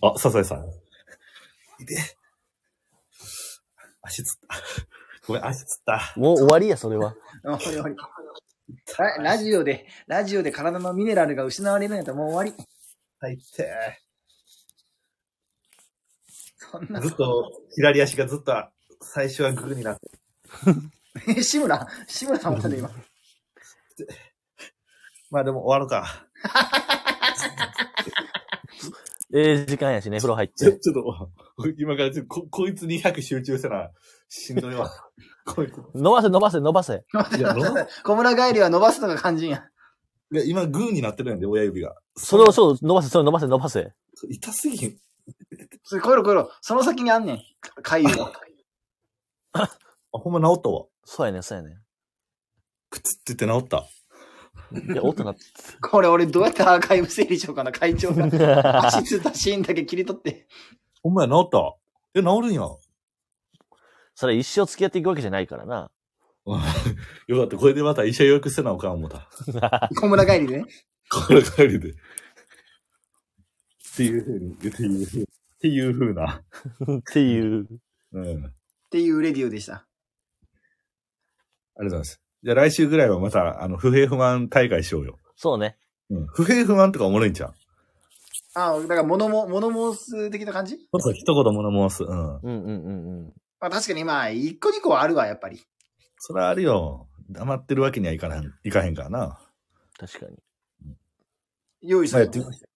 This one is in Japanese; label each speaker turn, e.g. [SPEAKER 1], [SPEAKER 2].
[SPEAKER 1] あ、サザエさん。いて。足つった。 ごめん、足つった。
[SPEAKER 2] もう終わりや、それは。
[SPEAKER 3] あ終 わり終わりラジオで、ラジオで体のミネラルが失われるんやったらもう終わり。
[SPEAKER 1] 入って。
[SPEAKER 3] そんな
[SPEAKER 1] ず。っと、左足がずっと、最初はグーになって。
[SPEAKER 3] え、 志村、志村さんもちょっと今。
[SPEAKER 1] まあでも終わるか。
[SPEAKER 2] ええ時間やしね、風呂入っ
[SPEAKER 1] ちょ、
[SPEAKER 2] て。
[SPEAKER 1] ちょっと、 今からちょっとこ、こいつ200集中せな、しんどい わ。こいつ。
[SPEAKER 2] 伸ばせ、伸ばせ、伸ばせ。
[SPEAKER 1] いや、の
[SPEAKER 3] 小村帰りは伸ばすのが肝心や。
[SPEAKER 1] いや今、グーになってるんやで、親指が。
[SPEAKER 2] それをそう、伸ばせ、それ伸ばせ、伸ばせ。
[SPEAKER 1] 痛すぎん。
[SPEAKER 3] それ、こいろこいろ、その先にあんねん。 回遊が。
[SPEAKER 1] あ、ほんま治ったわ。
[SPEAKER 2] そうやね、そうやね。
[SPEAKER 1] くつってて治った。
[SPEAKER 2] いや、音な っ
[SPEAKER 3] これ俺どうやってアーカイブ整理しようかな、会長 が。
[SPEAKER 2] た。
[SPEAKER 3] 足つったシーンだけ切り取って。
[SPEAKER 1] ほんまや、治った。え、治るんや。
[SPEAKER 2] それ一生付き合っていくわけじゃないからな。
[SPEAKER 1] よかった。これでまた医者予約せなおかん思った。
[SPEAKER 3] 小村帰りでね。
[SPEAKER 1] これ帰りで。っていうふうに、っていうふうっていうふうな。
[SPEAKER 2] っていう。
[SPEAKER 1] うん。
[SPEAKER 3] っていうレディオでした。
[SPEAKER 1] ありがとうございます。じゃあ来週ぐらいはまた、あの、不平不満大会しようよ。
[SPEAKER 2] そうね。
[SPEAKER 1] うん。不平不満とかおもろいんちゃう
[SPEAKER 3] ああ、だから物も、物申す的な感じ
[SPEAKER 1] そうそう、一言物申す。うん。
[SPEAKER 2] うんうんうんうん。
[SPEAKER 3] まあ確かにまあ、一個二個はあるわ、やっぱり。
[SPEAKER 1] それはあるよ。黙ってるわけにはいかない、いかへんからな。
[SPEAKER 2] 確かに。
[SPEAKER 3] 用意されて
[SPEAKER 1] はい
[SPEAKER 3] ました。